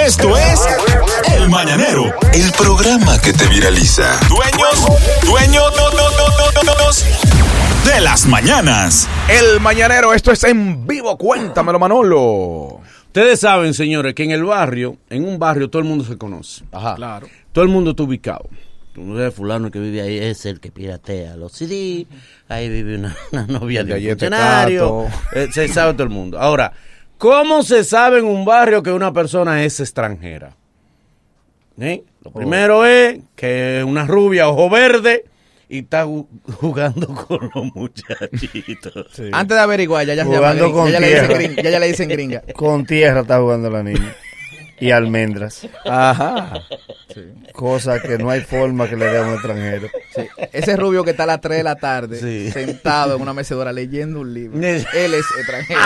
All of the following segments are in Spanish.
Esto es El Mañanero. El programa que te viraliza. Dueños, dueños, no, no, no, no, no, no, de las mañanas. El Mañanero, esto es en vivo. Cuéntamelo, Manolo. Ustedes saben, señores, que en el barrio, en un barrio, todo el mundo se conoce. Ajá. Claro. Todo el mundo está ubicado. Tú no sabes, fulano que vive ahí es el que piratea los CD. Ahí vive una, una novia El de de un ayer te funcionario. Eh, se sabe todo el mundo. Ahora, ¿cómo se sabe en un barrio que una persona es extranjera? ¿Eh? Lo primero es que una rubia ojo verde y está ju- jugando con los muchachitos. Antes de averiguar, ya, ya, se llama Jugando gringa, con ya, ya, le dicen tierra. gringa, ya, ya le dicen gringa. Con tierra está jugando la niña. Y almendras. Ajá. Cosa que no hay forma que le dé a un extranjero. Sí. Ese rubio que está a las 3 de la tarde, Sí. sentado en una mecedora leyendo un libro. Sí. Él es extranjero.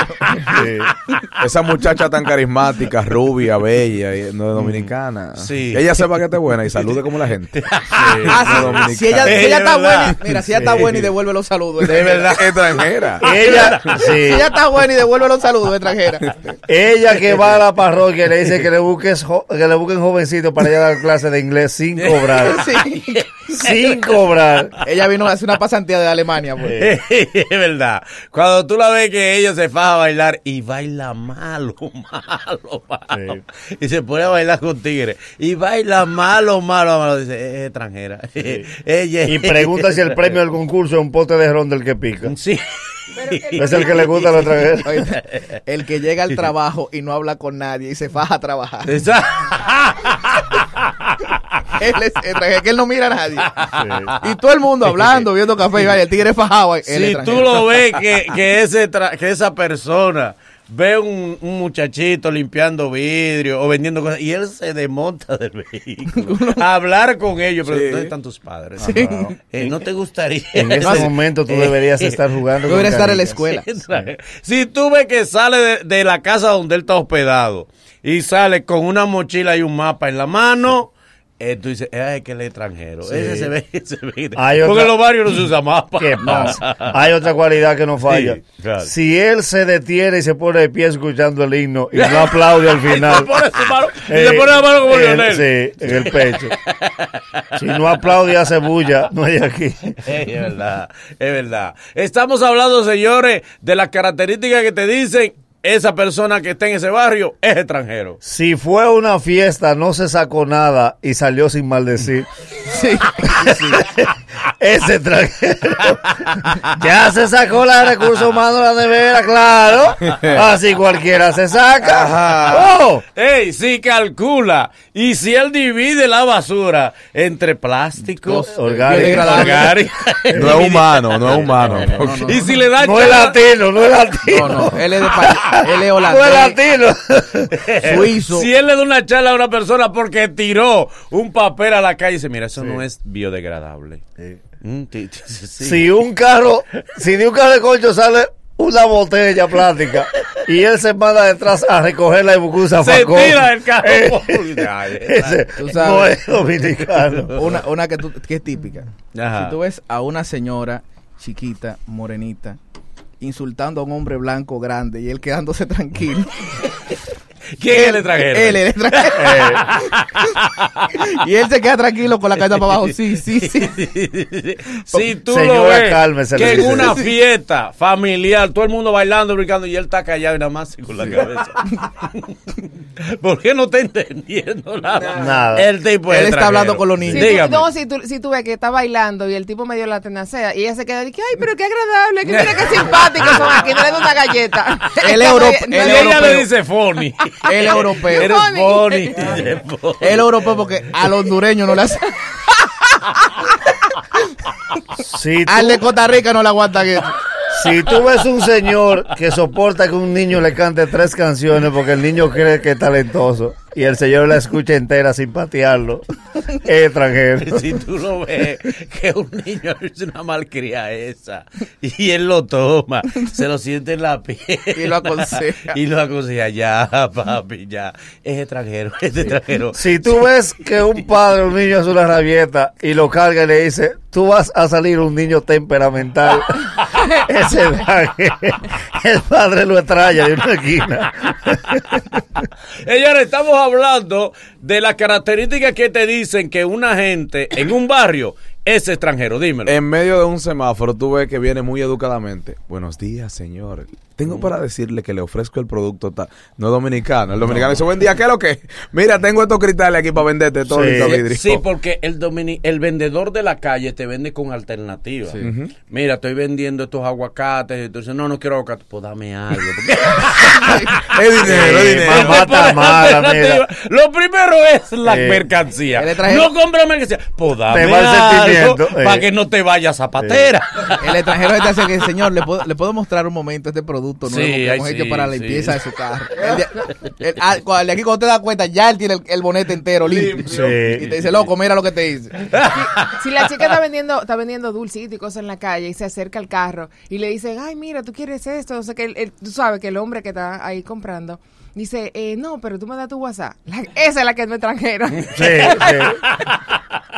Sí. Esa muchacha tan carismática, rubia, bella, y no es dominicana. Sí. Ella sepa que está buena y salude como la gente. Ah, sí. si, ella, si Es ella está verdad. buena, mira, si ella está buena y devuelve los saludos. De verdad, extranjera. Ah, Ella, sí. Si ella está buena y devuelve los saludos, extranjera. Ella que va a la parroquia y le dice que le busques jo- que le busquen jovencito para ir a dar clase de inglés sin cobrar. Sí. Sin cobrar. Ella vino a hacer una pasantía de Alemania. Pues. es verdad. Cuando tú la ves que ellos se faja a bailar y baila malo, malo, malo. Y se pone a bailar con tigres. Y baila malo, malo, malo. Dice, es extranjera. Ella es- Y pregunta si el premio del concurso es un pote de ron del que pica. Sí. Es el que le gusta a los extranjeros. Oíste, El que llega al trabajo y no habla con nadie y se faja a trabajar. Él es extranjero, que él no mira a nadie. Y todo el mundo hablando, viendo café y vaya, el tigre es fajado. él es si tú extranjero. lo ves que, que, ese tra- que esa persona ve un, un muchachito limpiando vidrio o vendiendo cosas y él se desmonta del vehículo a hablar con ellos, pero Sí. ¿dónde están tus padres? Sí. Eh, no te gustaría. Eh, En ese momento tú deberías estar jugando. Yo debería con estar en la canicas. escuela. Si tú ves que sale de, de la casa donde él está hospedado y sale con una mochila y un mapa en la mano, eh, tú dices, ay, que él es extranjero. Ese se ve, se ve. Hay Porque otra- en los barrios no se usa mapa. ¿Qué pasa? Hay otra cualidad que no falla. Sí, claro. Si él se detiene y se pone de pie escuchando el himno y no aplaude al final. Se pone su mano- y eh, se pone la mano como él, Lionel. Sí, en el pecho. Si no aplaude y hace bulla, no hay aquí. Es verdad, es verdad. Estamos hablando, señores, de las características que te dicen esa persona que está en ese barrio es extranjero. Si fue a una fiesta, no se sacó nada y salió sin maldecir. Sí. Ese extranjero. ya se sacó la de recursos humanos de la nevera, claro. Así cualquiera se saca. Oh. Ey, si calcula y si él divide la basura entre plástico, Orgánico. orgánico, No es humano, no es humano. Porque- y si le da No es chance- latino, no es latino. No, no, él es de pa- él es No es holandés, latino. suizo. Si él le da una charla a una persona porque tiró un papel a la calle y dice, mira, eso no es biodegradable. Mm, ti- ti- sí. Si un carro, si de un carro de concho sale una botella plástica y él se manda detrás a recogerla y busca un Se zafacón. tira del carro. Eh, Ay, ese Tú sabes. no es dominicano. Una, una que, tú- que es típica. Ajá. Si tú ves a una señora chiquita, morenita, insultando a un hombre blanco grande y él quedándose tranquilo. ¿Quién es el extranjero? Él es el extranjero. y él se queda tranquilo con la cabeza para abajo. Sí, sí, sí. si tú lo Señora, ves cálmese, le que en dice. una fiesta familiar, todo el mundo bailando, brincando, y él está callado y nada más con la cabeza. ¿Por qué no está entendiendo nada? Nada. El tipo es Él está extranjero. hablando con los niños. Si Dígame. tú, no, si tú, si tú ves que está bailando y el tipo medio la tenacea y ella se queda y que, ay, pero qué agradable, que mira qué simpáticos son aquí, dale una galleta. Él es euro- No, Y él no, es ella europeo. le dice phony. Él es europeo. Eres Phony. phony. Dice phony. El europeo pues, porque al hondureño no le hace. Si tú, Al de Costa Rica no le aguanta que. si tú ves un señor que soporta que un niño le cante tres canciones porque el niño cree que es talentoso y el señor la escucha entera sin patearlo, es extranjero. si tú lo ves que un niño es una malcria esa y él lo toma, se lo siente en la piel Y lo aconseja. Y lo aconseja, ya, papi, ya. Es extranjero, es extranjero. Si tú ves que un padre, un niño hace una rabieta y lo carga y le dice, tú vas a salir un niño temperamental. Ese es el padre lo extraña de una esquina. Señores, estamos hablando de las características que te dicen que una gente en un barrio es extranjero. Dímelo. En medio de un semáforo, tú ves que viene muy educadamente. Buenos días, señor. Tengo para decirle que le ofrezco el producto. ta-". No es dominicano. El dominicano dice, buen día, ¿qué es lo que? es? Mira, tengo estos cristales aquí para venderte todo Sí. estos vidrios". Sí, porque el, domini- el vendedor de la calle te vende con alternativas. Mira, estoy vendiendo estos aguacates. Y tú dices, no, no quiero aguacate. Pues dame algo. porque- Es dinero, es Sí, dinero. Eh, Te mamá. pones mala, alternativa. Lo primero es la Eh, mercancía. que le traje- No compra mercancía. Pues dame va el algo sentimiento, eh. para que no te vayas zapatera. El extranjero este hace que, señor, le puedo, le puedo mostrar un momento este producto Sí, nuevo que hemos ay, hecho sí, para la sí. limpieza de su carro. El de, el- ah, cuando- de aquí cuando te das cuenta, ya él tiene el, el bonete entero limpio. Sí. Y te dice, loco, mira lo que te hice. Si la chica está vendiendo, está vendiendo dulcitos y cosas en la calle y se acerca al carro y le dicen, ay, mira, tú quieres esto, o sea, que el- el- tú sabes que el hombre que está ahí comprando dice, eh, no, pero tú me das tu WhatsApp. La- esa es la que es no extranjera. Sí, sí.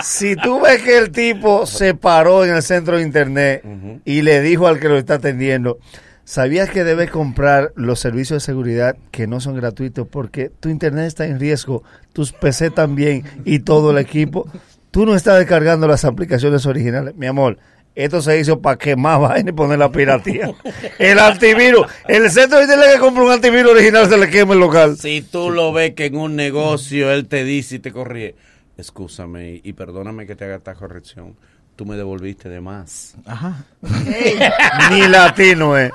Si tú ves que el tipo se paró en el centro de internet y le dijo al que lo está atendiendo, ¿sabías que debes comprar los servicios de seguridad que no son gratuitos porque tu internet está en riesgo, tus PC también y todo el equipo? Tú no estás descargando las aplicaciones originales, mi amor. Esto se hizo para que más vayan y poner la piratía. El antivirus. El centro de internet que compra un antivirus original se le quema el local. Si tú lo ves que en un negocio él te dice y te corrige, excúsame y- y perdóname que te haga esta corrección. Tú me devolviste de más. Ajá. Ni latino, eh.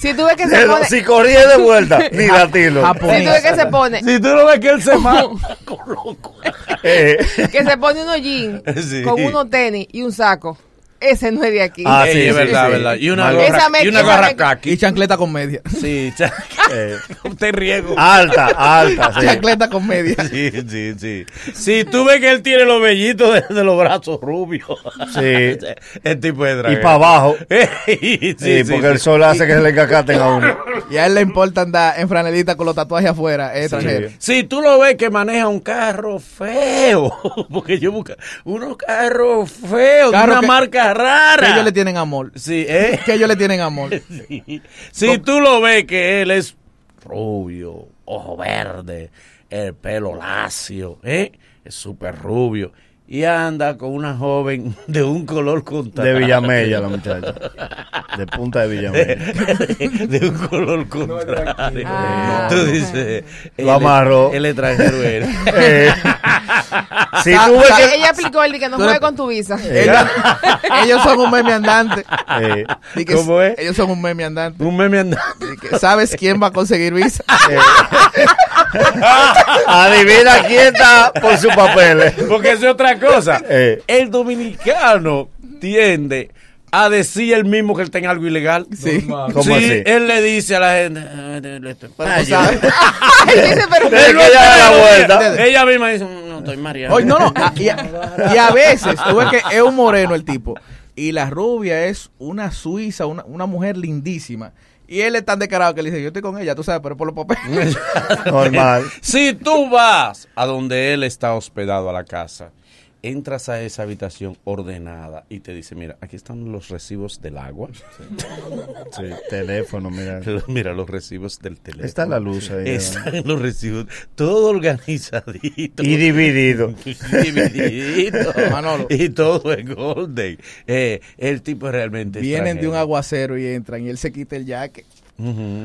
Si tú ves que se Pero pone, si corría de vuelta, ni latino. Japón. si tú ves que se pone, Si tú lo ves que él se mata. Eh, que se pone unos jeans Sí. con unos tenis y un saco, ese no es de aquí. Ah, sí, Eh, es sí, verdad, sí. verdad. Y una Mal- Esa gorra, me- y una esa gorra me- caqui. Y chancleta con media. Sí, cha- Eh. Te riego. alta, alta. sí. Chancleta con media. Sí, sí, sí. Si tú ves que él tiene los vellitos de, de los brazos rubios. Sí. El tipo de Y dragón. para abajo. Eh, sí, Sí, porque el sol hace que se le encacaten a uno. Y a él le importa andar en franelita con los tatuajes afuera. Es extranjero. Si tú lo ves que maneja un carro feo, porque yo busco unos carros feos, de Carro una que- marca rara. Que ellos le tienen amor. Sí, ¿eh? Que ellos le tienen amor. Sí. Si tú lo ves que él es rubio, ojo verde, el pelo lacio, ¿eh? es súper rubio y anda con una joven de un color contrario. De Villamella, la muchacha. De punta de Villamella. Eh. de un color contrario. Ah. Tú dices, Lo el- e-, amarró. El extranjero eres. Eh, si tú O ves sea, que. ella aplicó el de que no Tú juegue eres- con tu visa. Ellos, ellos son un meme andante. Eh, Di que ¿Cómo es? Ellos son un meme andante. Un meme andante. Di que, ¿Sabes quién va a conseguir visa? Ah, adivina quién está por sus papeles. Porque eso es otra cosa. Eh. El dominicano tiende a decir el mismo que él tenga algo ilegal. Sí. ¿Cómo sí, así? él le dice a la gente. "Ah, le estoy- Pero, ¿sabes? Ay, dice, pero- Desde que ella da la vuelta. Ella- Ella misma dice, "Mm, no estoy mareado. Oye, no, no. a- Y a, y a veces, tú ves que es un moreno el tipo. Y la rubia es una suiza, una, una mujer lindísima. Y él es tan descarado que le dice, yo estoy con ella, tú sabes, pero por los papeles. Normal. Si tú vas a donde él está hospedado a la casa, entras a esa habitación ordenada y te dice, mira, aquí están los recibos del agua. Sí, teléfono, mira. Mira, los recibos del teléfono. Está la luz ahí. ¿no? Están los recibos, todo organizadito. Y dividido. divididito. Manolo. Y todo es golden. Eh, el tipo es realmente Vienen de un extranjero. aguacero y entran. Y él se quita el jaque.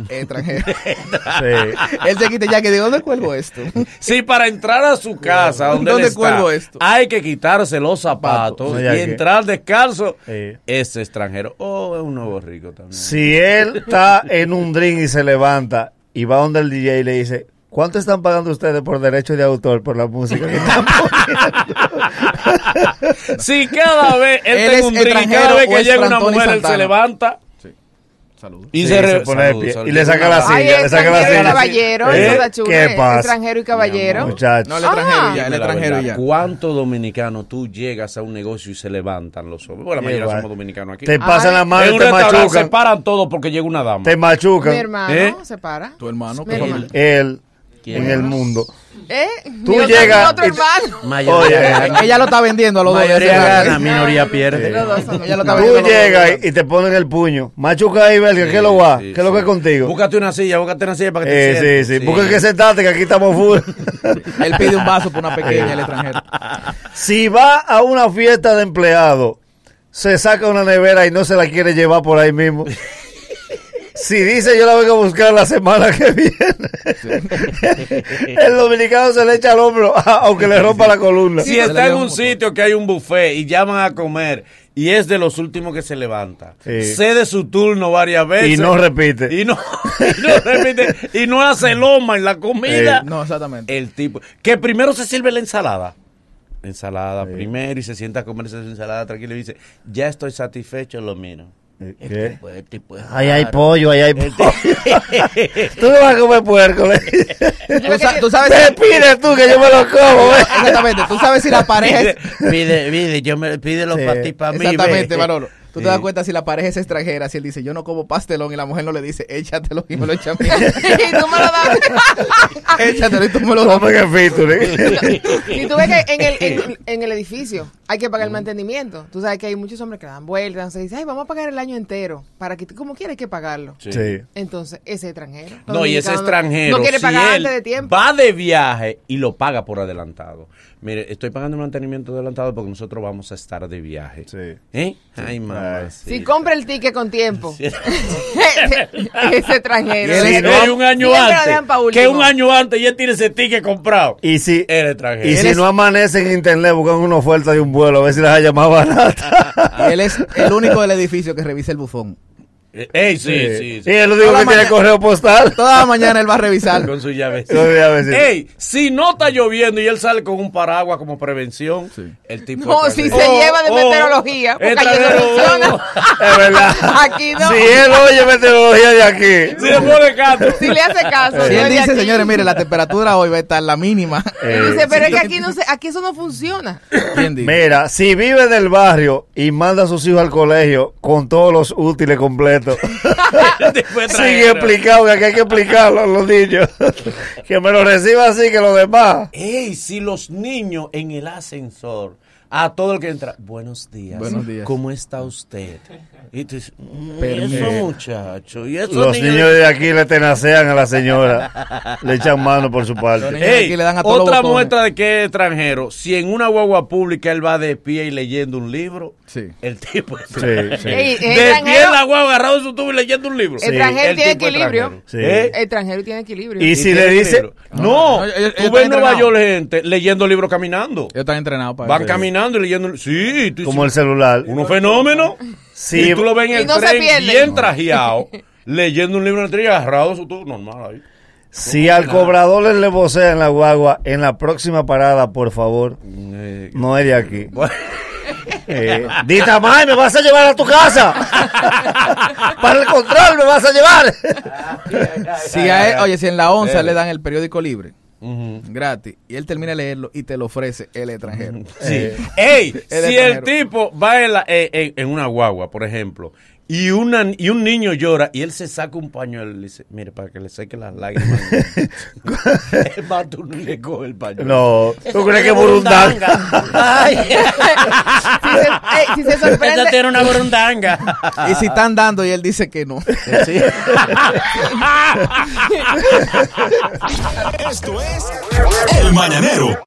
Extranjero. Sí. él se quita el jaque. Digo, ¿dónde cuelgo esto? Sí, para entrar a su casa, donde ¿Dónde él está, cuelgo esto? hay que quitarse los zapatos No, y ya que- entrar descalzo. Sí. Es extranjero. O es un nuevo rico también. Si él está en un drink y se levanta y va donde el DJ y le dice, ¿cuánto están pagando ustedes por derecho de autor por la música? que están Si cada vez él, Él tiene es un drink, cada extranjero vez o que es llega una Frantoni mujer, él se Santana. levanta Saludos. y Sí, se, re- pone de Saludos, pie. saludos. y le saca la Ay, silla, le saca la extranjero y silla. caballero, ¿Eh? eso está chulo, ¿Qué pasa? extranjero y caballero. Muchacho. No, el extranjero Ah. ya, el Dime la extranjero verdad, ya. ¿Cuánto dominicano tú llegas a un negocio y se levantan los hombres? Bueno, la mayoría Igual. somos dominicanos aquí. Te pasan la en mano y un te restaurante se machucan. paran todos porque llega una dama. Te Mi machucan. hermano ¿Eh? se para. Tu hermano. Mi ¿cómo? hermano. Él. ¿Quién en más? el mundo. ¿Eh? Tú Mi otro- llegas mi otro y- hermano. Mayoría, Oye. Ella lo está vendiendo a los dos. Eh, mayoría ese gana, lado. minoría pierde. eh. Los dos son- Ella lo está Tú vendiendo. a los dos. llegas y, y te ponen el puño. Machuca ahí, belga, ¿qué lo va? Sí, ¿Qué lo que sí. es contigo? Búscate una silla, búscate una silla para que te Eh, sientes. sí, sí. Busca que sentaste, que aquí estamos full. Él pide un vaso por una pequeña Eh. el extranjero. si va a una fiesta de empleado, se saca una nevera y no se la quiere llevar por ahí mismo. Si dice yo la vengo a buscar la semana que viene, el dominicano se le echa al hombro, aunque le rompa la columna. Si está en un sitio que hay un buffet y llaman a comer y es de los últimos que se levanta, Sí. cede su turno varias veces. Y no repite. Y no, y no repite. Y no hace loma en la comida. No, exactamente. El tipo. Que primero se sirve la ensalada. Ensalada primero y se sienta a comerse su ensalada tranquilo y dice, ya estoy satisfecho, lo miro. ¿Qué? Pues, el tipo es Ahí hay raro. pollo, ahí hay pollo. tú no vas a comer puerco. le- Tú, sa- tú sabes Me pides tú que yo me lo como. eh. exactamente, tú sabes si la pareja Pide, es pide, pide, yo me, pide los Sí. para ti, para mí. Exactamente, ve. Manolo. Tú Sí. te das cuenta si la pareja es extranjera, si él dice, yo no como pastelón y la mujer no le dice, échatelo y me lo echa a mí. Y tú me lo das. échatelo y tú me lo das. Come que featuring. Y tú ves que en el, en, en el edificio hay que pagar el mantenimiento. Tú sabes que hay muchos hombres que le dan vueltas. Entonces dicen, ay, vamos a pagar el año entero. Para que, como quieres que pagarlo. Sí. Sí. Entonces, ese extranjero. los No, y ese dominicanos no- extranjero. No quiere si pagar él antes de tiempo. Va de viaje y lo paga por adelantado. Mire, estoy pagando un mantenimiento adelantado porque nosotros vamos a estar de viaje. Sí. ¿Eh? Ay, mamá. Ay. Si compra el ticket con tiempo. ese, ese extranjero. Si Ese- no hay un año Siempre lo antes, dejan pa' último. que un año antes ya tiene ese ticket comprado. Y si, El extranjero. y si no amanece en internet, buscan una oferta de un vuelo, a ver si las haya más barata. Él es el único del edificio que revisa el bufón. Eh, Ey, sí, sí, sí. Y el único Toda que la tiene maña- correo postal. Toda la mañana él va a revisar. Con su llave. Con su llavecita. Ey, si no está lloviendo y él sale con un paraguas como prevención, el tipo. No, si se lleva Oh, de meteorología, porque allí no extranjero, funciona. Es verdad. Aquí no. Si él oye meteorología de aquí. Si le pone gato. Si le hace caso. Si él no es de dice, aquí. señores, mire, la temperatura hoy va a estar la mínima. Y Eh, dice, pero es que aquí, no se, aquí eso no funciona. ¿Quién dice? Mira, si vive del barrio y manda a sus hijos al colegio con todos los útiles completos. Sin explicar, que aquí hay que explicarlo a los niños. que me lo reciba así que los demás. Ey, si los niños en el ascensor, a todo el que entra, buenos días. Buenos días. ¿Cómo está usted? Y tú dices, "Mm, Permiso. eso muchacho, y esos Los niños de aquí le tenacean a la señora. le echan mano por su Los parte. niños de aquí le dan a todos los otra botones. muestra de que es extranjero. Si en una guagua pública él va de pie y leyendo un libro, Sí. el tipo es Sí, sí. Ey, es de pie en extranjero, la guagua agarrado en su tubo y leyendo un libro. Extranjero El tiene tipo es equilibrio. extranjero. Sí. ¿Eh? extranjero tiene equilibrio. Y si le tiene dice, libro. no, No, ellos- ellos tú están ves en Nueva entrenados. York gente leyendo libros caminando. Ellos están entrenados para Van eso. caminando y leyendo. Sí, tú como el dices, celular. unos fenómenos. Sí. y tú lo ves en Y el no se tren pierden. bien trajeado, leyendo un libro en el tren y agarrado su tubo normal ahí. Si al cobrador le- le vocea en la guagua, en la próxima parada, por favor, Eh, no es de aquí. bueno, Eh, Dita May, me vas a llevar a tu casa. Para el control, me vas a llevar. Si a él- oye, si en la onza Eh. le dan el periódico libre, ujú. gratis, y él termina de leerlo y te lo ofrece el extranjero. Sí. Eh, Ey, El si el extranjero. tipo va en, la- eh, en- en una guagua, por ejemplo, y, una, y un niño llora y él se saca un pañuelo y le dice, mire, para que le seque las lágrimas. es más, tú no le coges el pañuelo. No, ¿tú crees que burundanga? Ay, si, se, eh, si se esa sorprende, tiene una burundanga. Y si están dando y él dice que no. Esto es El Mañanero.